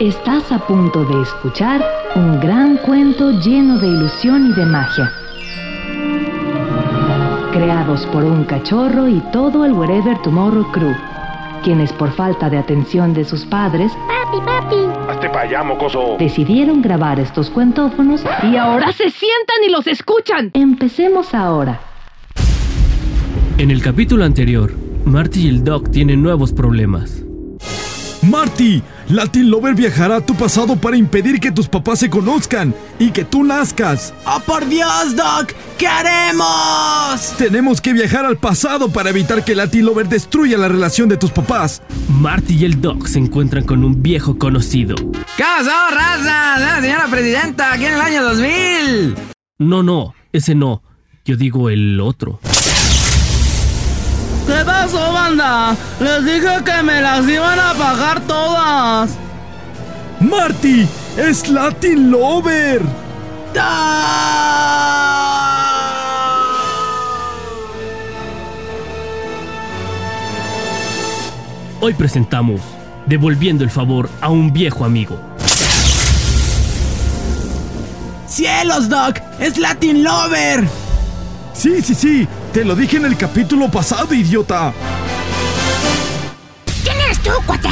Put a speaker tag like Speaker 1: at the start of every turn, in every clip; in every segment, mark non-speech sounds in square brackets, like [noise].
Speaker 1: Estás a punto de escuchar un gran cuento lleno de ilusión y de magia. Creados por un cachorro y todo el Wherever Tomorrow Crew, quienes por falta de atención de sus padres
Speaker 2: Papi, papi.
Speaker 3: Hazte pa' allá, mocoso.
Speaker 1: decidieron grabar estos cuentófonos y ahora
Speaker 4: se sientan y los escuchan.
Speaker 1: empecemos ahora.
Speaker 5: En el capítulo anterior, Marty y el Doc tienen nuevos problemas.
Speaker 6: Marty, la Teen Lover viajará a tu pasado para impedir que tus papás se conozcan y que tú nazcas.
Speaker 7: ¡Oh, por Dios, Doc! ¿Qué haremos?
Speaker 6: Tenemos que viajar al pasado para evitar que la Teen Lover destruya la relación de tus papás.
Speaker 5: Marty y el Doc se encuentran con un viejo conocido.
Speaker 7: ¿Qué pasó, raza? La señora presidenta, aquí en el año 2000.
Speaker 5: No, no, ese no. Yo digo el otro.
Speaker 8: ¿Qué pasó, banda? Les dije que me las iban a pagar todas.
Speaker 6: ¡Marty! ¡Es la Teen Lover!
Speaker 5: Hoy presentamos Devolviendo el favor a un viejo amigo.
Speaker 7: ¡Cielos, Doc! ¡Es Latin Lover!
Speaker 6: Sí, sí, sí, te lo dije en el capítulo pasado, idiota.
Speaker 2: ¿Quién eres tú, cuate?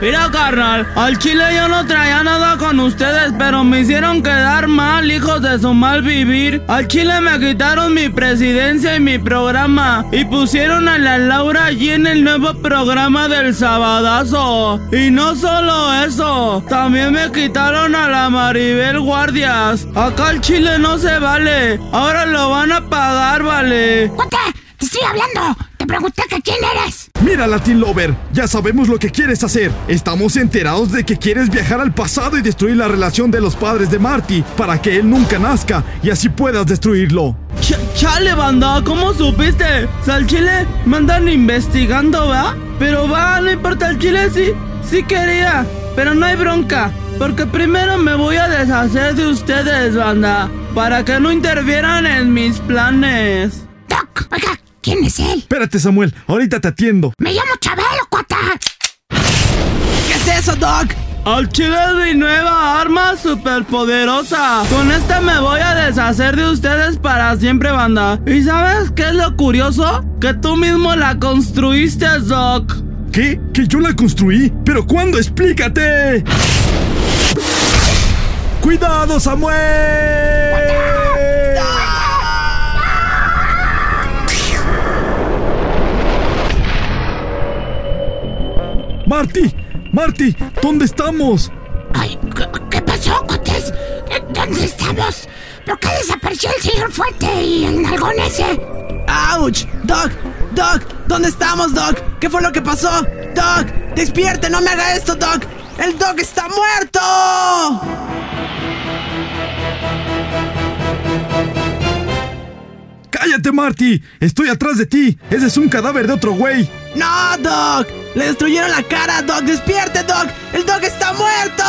Speaker 8: Mira, carnal, al chile yo no traía nada con ustedes, pero me hicieron quedar mal, hijos de su mal vivir. Al chile me quitaron mi presidencia y mi programa, y pusieron a la Laura allí en el nuevo programa del Sabadazo. Y no solo eso, también me quitaron a la Maribel Guardias. Acá al chile no se vale, ahora lo van a pagar, vale.
Speaker 2: Cuate, te estoy hablando. Te pregunté que quién eres.
Speaker 6: Mira, Latin Lover, ya sabemos lo que quieres hacer. Estamos enterados de que quieres viajar al pasado y destruir la relación de los padres de Marty para que él nunca nazca y así puedas destruirlo.
Speaker 8: Ch- chale, banda, ¿cómo supiste? O sea, al chile me andan investigando, ¿va? Pero va, no importa, al chile sí, sí quería, pero no hay bronca, porque primero me voy a deshacer de ustedes, banda, para que no interfieran en mis planes.
Speaker 2: Doc, oiga, ¿quién es él?
Speaker 6: Espérate, Samuel, ahorita te atiendo.
Speaker 2: Me llamo Chabelo, cuate.
Speaker 7: ¿Qué es eso, Doc?
Speaker 8: Al chile es mi nueva arma superpoderosa. Con esta me voy a deshacer de ustedes para siempre, banda. ¿Y sabes qué es lo curioso? Que tú mismo la construiste, Doc.
Speaker 6: ¿Qué? ¿Que yo la construí? ¿Pero cuándo? ¡Explícate! ¡Cuidado, Samuel! ¡Marty! ¡Marty! ¿Dónde estamos?
Speaker 2: Ay, ¿qué, qué pasó, cuates? ¿Eh, ¿Dónde estamos? ¿Por qué desapareció el señor Fuerte y el nalgón ese?
Speaker 7: ¡Auch! Doc, Doc, ¿dónde estamos, Doc? ¿Qué fue lo que pasó? Doc, despierte, no me haga esto, Doc. El Doc está muerto.
Speaker 6: ¡Cállate, Marty! ¡Estoy atrás de ti! ¡Ese es un cadáver de otro güey!
Speaker 7: No, Doc. Le destruyeron la cara, Doc. Despierte, Doc. El Doc está muerto.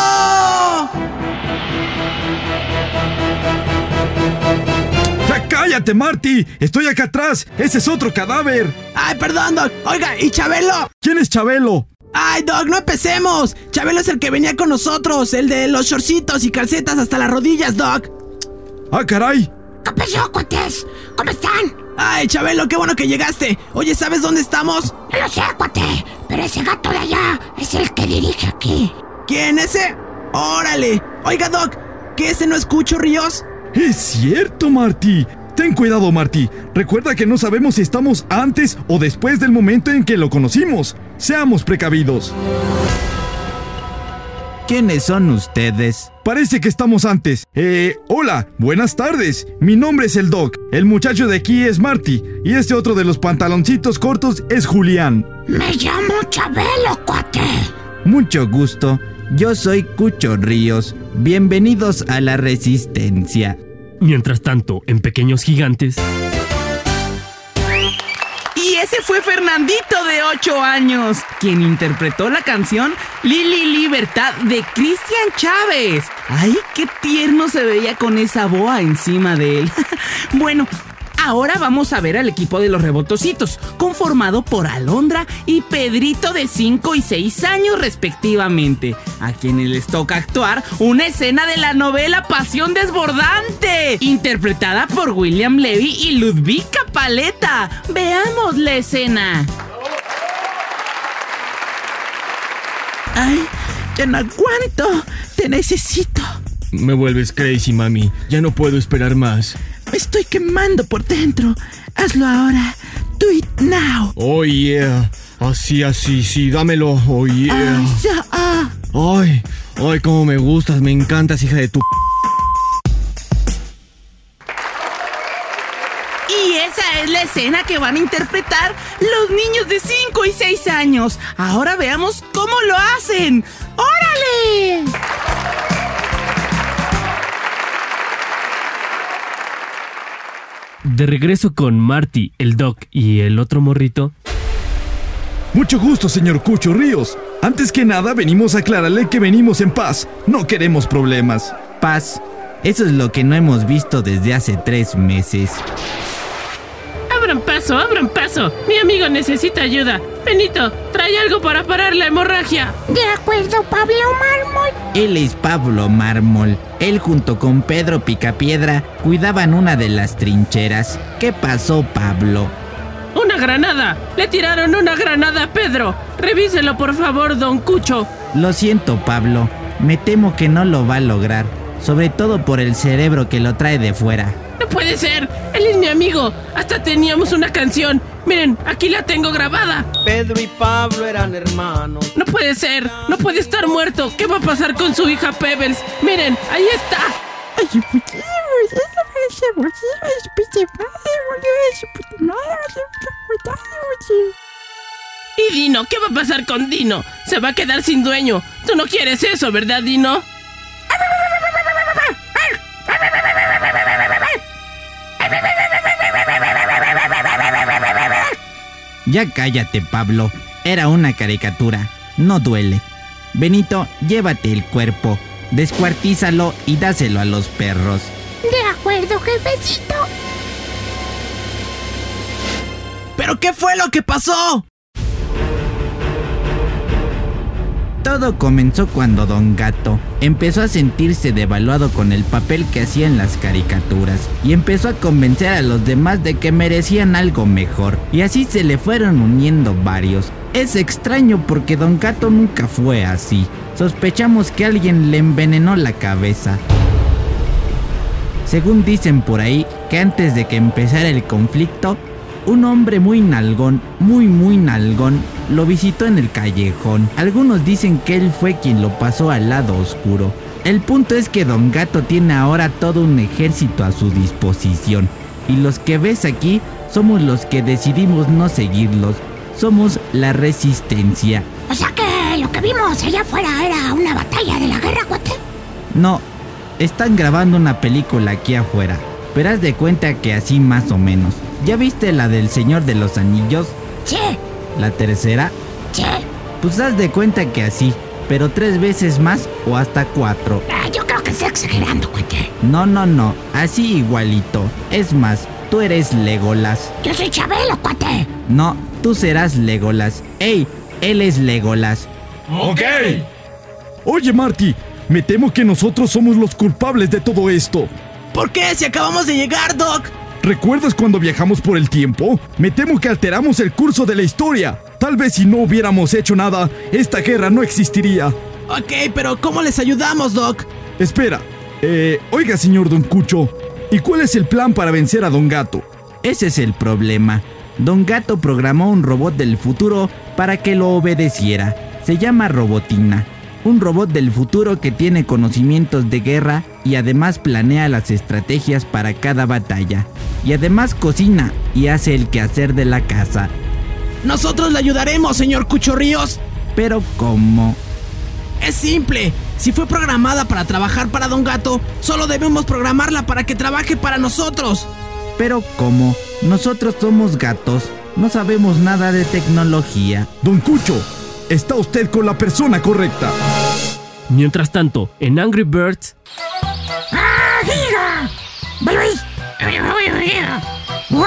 Speaker 6: ¡Ya cállate, Marty! ¡Estoy acá atrás! ¡Ese es otro cadáver!
Speaker 7: Ay, perdón, Doc. Oiga, ¿y Chabelo?
Speaker 6: ¿Quién es Chabelo?
Speaker 7: Ay, Doc, no empecemos. Chabelo es el que venía con nosotros. El de los shortcitos y calcetas hasta las rodillas, Doc.
Speaker 6: ¡Ah, caray!
Speaker 2: ¿Qué pasó, cuates? ¿Cómo están?
Speaker 7: Ay, Chabelo, qué bueno que llegaste. Oye, ¿sabes dónde estamos?
Speaker 2: No lo sé, cuate, pero ese gato de allá es el que dirige aquí.
Speaker 7: ¿Quién ese? Órale. Oiga, Doc, ¿qué ese no escucho, Ríos?
Speaker 6: ¡Es cierto, Marty! Ten cuidado, Marty. Recuerda que no sabemos si estamos antes o después del momento en que lo conocimos. Seamos precavidos.
Speaker 9: ¿Quiénes son ustedes?
Speaker 6: Parece que estamos antes. Eh, hola, buenas tardes. Mi nombre es el Doc. El muchacho de aquí es Marty. Y este otro de los pantaloncitos cortos es Julián.
Speaker 2: Me llamo Chabelo, cuate.
Speaker 9: Mucho gusto. Yo soy Cucho Ríos. Bienvenidos a la Resistencia.
Speaker 5: Mientras tanto, en Pequeños Gigantes,
Speaker 8: Y ese fue Fernandito de 8 años, quien interpretó la canción Lili Libertad de Cristian Chávez. Ay, qué tierno se veía con esa boa encima de él. [laughs] bueno,
Speaker 3: Ahora vamos a ver al equipo de los rebotositos, conformado por Alondra y Pedrito de 5 y 6 años respectivamente, a quienes les toca actuar una escena de la novela Pasión Desbordante, interpretada por William Levy y Ludvika Paleta. Veamos la escena.
Speaker 7: ¡Ay! ¡Ya no aguanto! ¡Te necesito!
Speaker 5: Me vuelves crazy, mami. Ya no puedo esperar más.
Speaker 7: ¡Me estoy quemando por dentro! ¡Hazlo ahora! ¡Do it now!
Speaker 5: Oh, yeah. Así, así, sí, dámelo. Oh, yeah.
Speaker 7: ¡Ay, ya! ah.
Speaker 5: Ay, ay, cómo me gustas. Me encantas, hija de tu...
Speaker 3: Y esa es la escena que van a interpretar los niños de 5 y 6 años. Ahora veamos cómo lo hacen. ¡Órale!
Speaker 5: De regreso con Marty, el Doc y el otro morrito.
Speaker 6: Mucho gusto, señor Cucho Ríos. Antes que nada, venimos a aclararle que venimos en paz. No queremos problemas.
Speaker 9: Paz, eso es lo que no hemos visto desde hace tres meses.
Speaker 4: Abran paso, abran paso. Mi amigo necesita ayuda. Benito, trae algo para parar la hemorragia.
Speaker 2: De acuerdo, Pablo Mármol.
Speaker 9: Él es Pablo Mármol. Él junto con Pedro Picapiedra cuidaban una de las trincheras. ¿Qué pasó, Pablo?
Speaker 4: Una granada. Le tiraron una granada a Pedro. Revíselo, por favor, don Cucho.
Speaker 9: Lo siento, Pablo. Me temo que no lo va a lograr. Sobre todo por el cerebro que lo trae de fuera.
Speaker 4: No puede ser. Él es mi amigo. Hasta teníamos una canción. Miren, aquí la tengo grabada.
Speaker 10: Pedro y Pablo eran hermanos.
Speaker 4: No puede ser. No puede estar muerto. ¿Qué va a pasar con su hija Pebbles? Miren, ahí está. Y Dino, ¿qué va a pasar con Dino? Se va a quedar sin dueño. Tú no quieres eso, ¿verdad, Dino?
Speaker 9: Ya cállate, Pablo. Era una caricatura. No duele. Benito, llévate el cuerpo, descuartízalo y dáselo a los perros.
Speaker 2: De acuerdo, jefecito.
Speaker 7: ¿Pero qué fue lo que pasó?
Speaker 9: Todo comenzó cuando Don Gato empezó a sentirse devaluado con el papel que hacía en las caricaturas y empezó a convencer a los demás de que merecían algo mejor. Y así se le fueron uniendo varios. Es extraño porque Don Gato nunca fue así. Sospechamos que alguien le envenenó la cabeza. Según dicen por ahí, que antes de que empezara el conflicto, un hombre muy nalgón, muy muy nalgón, lo visitó en el callejón. Algunos dicen que él fue quien lo pasó al lado oscuro. El punto es que Don Gato tiene ahora todo un ejército a su disposición. Y los que ves aquí somos los que decidimos no seguirlos. Somos la resistencia.
Speaker 2: O sea que lo que vimos allá afuera era una batalla de la guerra, cuate.
Speaker 9: No, están grabando una película aquí afuera. Pero haz de cuenta que así más o menos. ¿Ya viste la del Señor de los Anillos?
Speaker 2: Sí,
Speaker 9: ¿La tercera?
Speaker 2: sí.
Speaker 9: Pues haz de cuenta que así, pero tres veces más o hasta cuatro.
Speaker 2: Ah, yo creo que está exagerando, cuate.
Speaker 9: No, no, no, así igualito. Es más, tú eres Legolas.
Speaker 2: Yo soy Chabelo, cuate.
Speaker 9: No, tú serás Legolas. ¡Ey! Él es Legolas.
Speaker 6: Ok. Oye, Marty, me temo que nosotros somos los culpables de todo esto.
Speaker 7: ¿Por qué si acabamos de llegar, Doc?
Speaker 6: ¿Recuerdas cuando viajamos por el tiempo? Me temo que alteramos el curso de la historia. Tal vez si no hubiéramos hecho nada, esta guerra no existiría.
Speaker 7: Ok, pero ¿cómo les ayudamos, Doc?
Speaker 6: Espera. Eh, oiga, señor Don Cucho, ¿y cuál es el plan para vencer a Don Gato?
Speaker 9: Ese es el problema. Don Gato programó un robot del futuro para que lo obedeciera. Se llama Robotina, un robot del futuro que tiene conocimientos de guerra y además planea las estrategias para cada batalla. Y además cocina y hace el quehacer de la casa.
Speaker 7: Nosotros le ayudaremos, señor Cuchorríos.
Speaker 9: Pero ¿cómo?
Speaker 7: Es simple. Si fue programada para trabajar para Don Gato, solo debemos programarla para que trabaje para nosotros.
Speaker 9: ¿Pero cómo? Nosotros somos gatos, no sabemos nada de tecnología.
Speaker 6: Don Cucho, está usted con la persona correcta.
Speaker 5: Mientras tanto, en Angry Birds,
Speaker 2: ¡Ah, giga! ¡Voy, voy! ¡Voy, voy,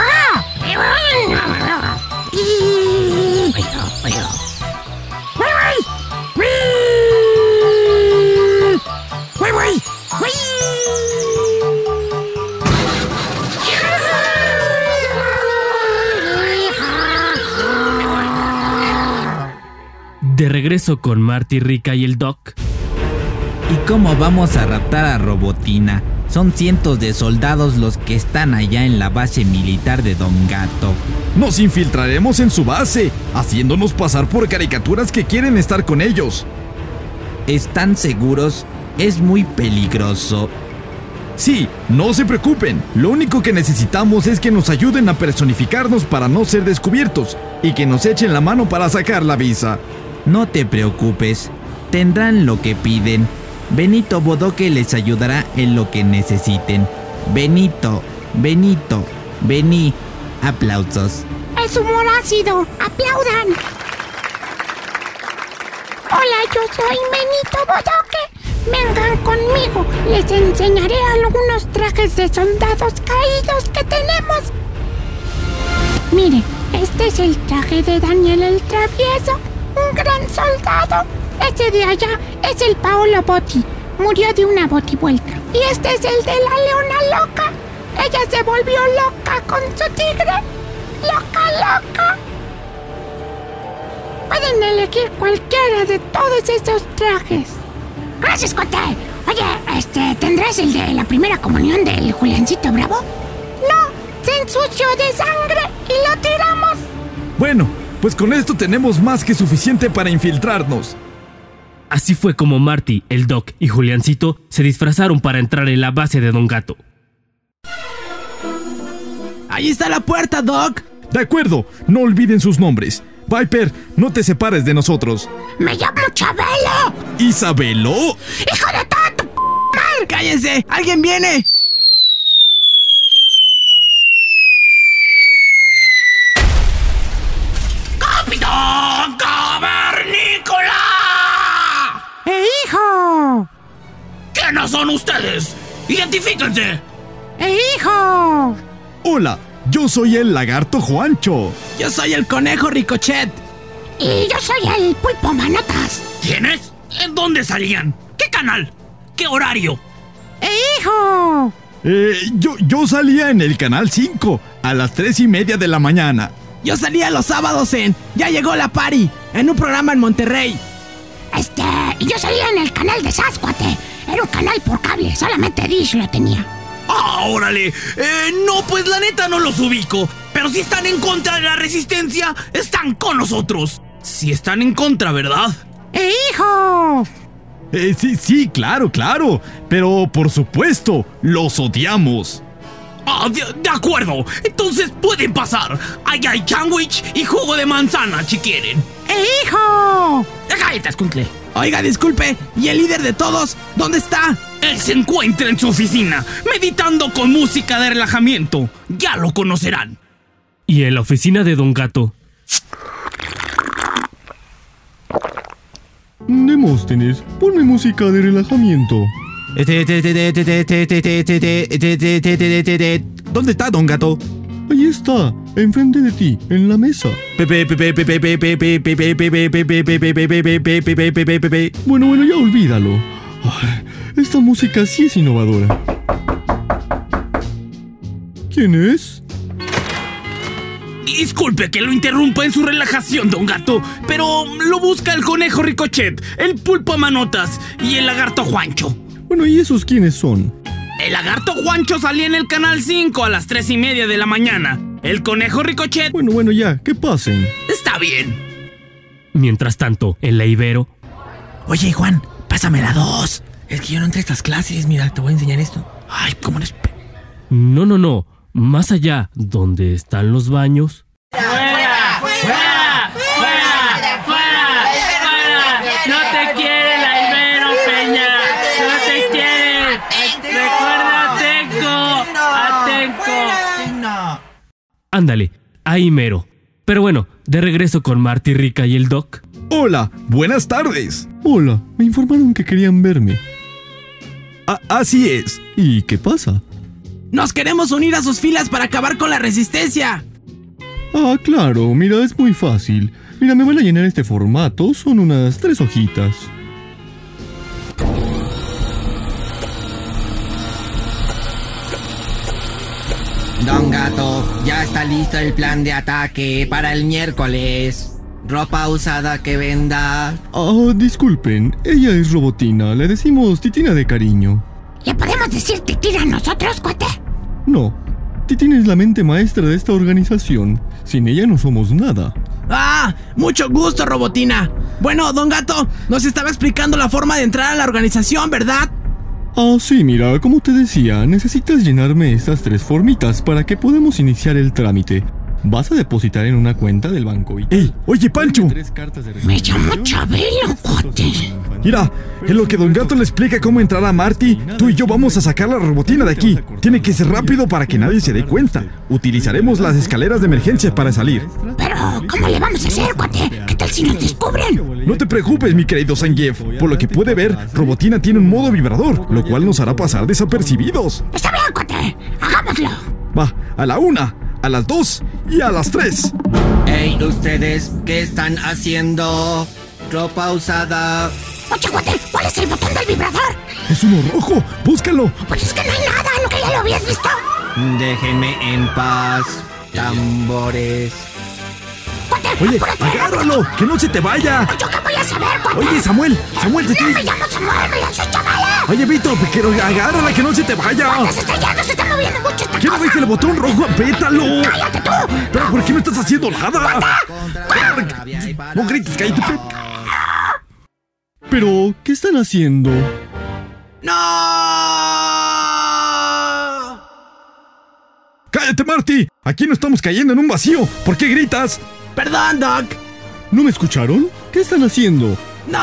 Speaker 2: voy!
Speaker 5: De regreso con Marty, Rica y el Doc.
Speaker 9: ¿Y cómo vamos a raptar a Robotina? Son cientos de soldados los que están allá en la base militar de Don Gato.
Speaker 6: Nos infiltraremos en su base, haciéndonos pasar por caricaturas que quieren estar con ellos.
Speaker 9: ¿Están seguros? Es muy peligroso.
Speaker 6: Sí, no se preocupen. Lo único que necesitamos es que nos ayuden a personificarnos para no ser descubiertos y que nos echen la mano para sacar la visa.
Speaker 9: No te preocupes, tendrán lo que piden. Benito Bodoque les ayudará en lo que necesiten. Benito, Benito, Bení. Aplausos.
Speaker 2: Es humor ácido. Aplaudan. Hola, yo soy Benito Bodoque. Vengan conmigo. Les enseñaré algunos trajes de soldados caídos que tenemos. Mire, este es el traje de Daniel el Travieso, un gran soldado ese de allá es el Paolo Botti. Murió de una botivuelta. Y este es el de la leona loca. Ella se volvió loca con su tigre. Loca, loca. Pueden elegir cualquiera de todos esos trajes. Gracias, Cote. Oye, este, ¿tendrás el de la primera comunión del Juliancito Bravo? No, se ensució de sangre y lo tiramos.
Speaker 6: Bueno, pues con esto tenemos más que suficiente para infiltrarnos.
Speaker 5: Así fue como Marty, el Doc y Juliancito se disfrazaron para entrar en la base de Don Gato.
Speaker 7: ¡Ahí está la puerta, Doc!
Speaker 6: De acuerdo, no olviden sus nombres. Viper, no te separes de nosotros.
Speaker 2: ¡Me llamo Chabelo!
Speaker 6: ¿Isabelo?
Speaker 2: ¡Hijo de tato!
Speaker 7: Ah,
Speaker 2: P
Speaker 7: ¡Cállense! ¡Alguien viene!
Speaker 2: ¡Capitán Cavernícola!
Speaker 11: ¡Eh, hijo!
Speaker 2: ¿Quiénes son ustedes? ¡Identifíquense!
Speaker 11: ¡Eh, hijo!
Speaker 6: Hola, yo soy el lagarto Juancho.
Speaker 7: Yo soy el conejo Ricochet.
Speaker 2: Y yo soy el pulpo Manotas.
Speaker 12: ¿Quiénes? ¿En dónde salían? ¿Qué canal? ¿Qué horario?
Speaker 11: ¡Eh, hijo!
Speaker 6: Eh, yo, yo salía en el canal 5 a las 3 y media de la mañana.
Speaker 7: Yo salía los sábados en Ya llegó la pari, en un programa en Monterrey.
Speaker 2: Este, yo salía en el canal de Sascuate. Era un canal por cable, solamente Dish lo tenía.
Speaker 12: ¡Ah, órale! Eh, no, pues la neta no los ubico. Pero si están en contra de la resistencia, están con nosotros. Si están en contra, ¿verdad?
Speaker 11: ¡Eh, hijo!
Speaker 6: Eh, sí, sí, claro, claro. Pero por supuesto, los odiamos.
Speaker 12: Ah, de, de acuerdo. Entonces pueden pasar. Ahí hay sandwich y jugo de manzana si quieren.
Speaker 11: ¡Eh, hijo!
Speaker 12: ¡Cállate, escuincle!
Speaker 7: Oh. Oiga, disculpe, ¿y el líder de todos? ¿Dónde está?
Speaker 12: Él se encuentra en su oficina, meditando con música de relajamiento. Ya lo conocerán.
Speaker 5: Y en la oficina de Don Gato.
Speaker 13: Demóstenes, ponme música de relajamiento.
Speaker 6: ¿Dónde está Don Gato?
Speaker 13: Ahí está, enfrente de ti, en la mesa. Bueno, bueno, ya olvídalo. Esta música sí es innovadora. ¿Quién es?
Speaker 12: Disculpe que lo interrumpa en su relajación, don gato, pero lo busca el conejo Ricochet, el pulpo Manotas y el lagarto Juancho.
Speaker 13: Bueno, ¿y esos quiénes son?
Speaker 12: El lagarto Juancho salía en el canal 5 a las 3 y media de la mañana. El conejo Ricochet.
Speaker 13: Bueno, bueno, ya, que pasen.
Speaker 12: Está bien.
Speaker 5: Mientras tanto, en la Ibero.
Speaker 14: Oye, Juan, pásame la 2. Es que yo no entré a estas clases, mira, te voy a enseñar esto. Ay, cómo no es.
Speaker 5: No, no, no. Más allá, donde están los baños.
Speaker 4: ¡Fuera! ¡Fuera! ¡Fuera! ¡Fuera! ¡Fuera! ¡No te quiere la Ibero, Peña! ¡No te quiere! ¡Recuerda a Tenco! ¡A Tenco!
Speaker 5: Ándale, ahí mero. Pero bueno, de regreso con Marty Rica y el Doc.
Speaker 6: Hola, buenas tardes.
Speaker 13: Hola, me informaron que querían verme.
Speaker 6: A Ah, así es.
Speaker 13: ¿Y qué pasa?
Speaker 7: ¡Nos queremos unir a sus filas para acabar con la resistencia!
Speaker 13: Ah, claro, mira, es muy fácil. Mira, me van a llenar este formato, son unas tres hojitas.
Speaker 9: Don Gato, ya está listo el plan de ataque para el miércoles. Ropa usada que venda.
Speaker 13: Ah, disculpen, ella es robotina, le decimos titina de cariño.
Speaker 2: ¿Le podemos decir titina a nosotros, cuate?
Speaker 13: No, titina es la mente maestra de esta organización. Sin ella no somos nada.
Speaker 7: ¡Ah! Mucho gusto, robotina. Bueno, don Gato, nos estaba explicando la forma de entrar a la organización, ¿verdad?
Speaker 13: Ah, sí, mira, como te decía, necesitas llenarme estas tres formitas para que podamos iniciar el trámite. Vas a depositar en una cuenta del banco. Y...
Speaker 6: ¡Ey! ¡Oye, Pancho!
Speaker 2: Me llamo Chabelo, cuate.
Speaker 6: Mira, en lo que Don Gato le explica cómo entrar a Marty, tú y yo vamos a sacar la robotina de aquí. Tiene que ser rápido para que nadie se dé cuenta. Utilizaremos las escaleras de emergencia para salir.
Speaker 2: Pero, ¿cómo le vamos a hacer, cuate? ¿Qué tal si nos descubren?
Speaker 6: No te preocupes, mi querido Sangief. Por lo que puede ver, Robotina tiene un modo vibrador, lo cual nos hará pasar desapercibidos.
Speaker 2: Está bien, cuate. Hagámoslo.
Speaker 6: Va, a la una, a las 2 y a las 3.
Speaker 9: Hey, ustedes, ¿qué están haciendo? Ropa usada.
Speaker 2: Oye, cuate, ¿cuál es el botón del vibrador?
Speaker 6: Es uno rojo, búscalo.
Speaker 2: Pues es que no hay nada, ¿no que ya lo habías visto?
Speaker 9: Déjenme en paz, tambores.
Speaker 2: Cuate,
Speaker 6: Oye, agárralo, que no se te vaya.
Speaker 2: Oye, ¿qué voy a saber, cuate?
Speaker 6: Oye, Samuel, Samuel, te
Speaker 2: no
Speaker 6: tienes...
Speaker 2: me llamo Samuel, me llamo Chabela.
Speaker 6: Oye, Vito, pero agárrala, que no se te vaya.
Speaker 2: Cuate, se está yendo, se está moviendo mucho esta
Speaker 6: ¿Qué no
Speaker 2: cosa.
Speaker 6: ves que el botón rojo apriétalo?
Speaker 2: ¡Cállate tú!
Speaker 6: Pero ¿por qué no estás haciendo nada?
Speaker 9: Contra rabia y
Speaker 6: No grites, cállate.
Speaker 13: Pero, ¿qué están haciendo?
Speaker 7: ¡No!
Speaker 6: ¡Cállate, Marty! Aquí no estamos cayendo en un vacío. ¿Por qué gritas?
Speaker 7: ¡Perdón, Doc!
Speaker 13: ¿No me escucharon? ¿Qué están haciendo?
Speaker 7: ¡No!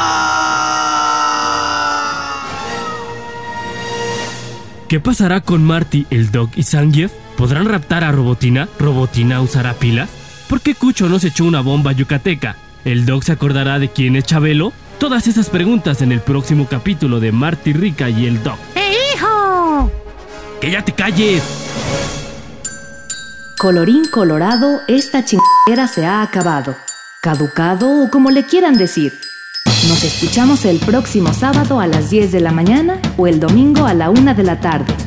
Speaker 5: ¿Qué pasará con Marty, el Doc y Zangief? ¿Podrán raptar a Robotina? ¿Robotina usará pilas? ¿Por qué Cucho nos echó una bomba yucateca? ¿El Doc se acordará de quién es Chabelo? Todas esas preguntas en el próximo capítulo de Marty Rica y el Doc.
Speaker 11: ¡Eh, hijo!
Speaker 5: ¡Que ya te calles!
Speaker 1: Colorín colorado, esta chingadera se ha acabado. Caducado o como le quieran decir. Nos escuchamos el próximo sábado a las 10 de la mañana o el domingo a la 1 de la tarde.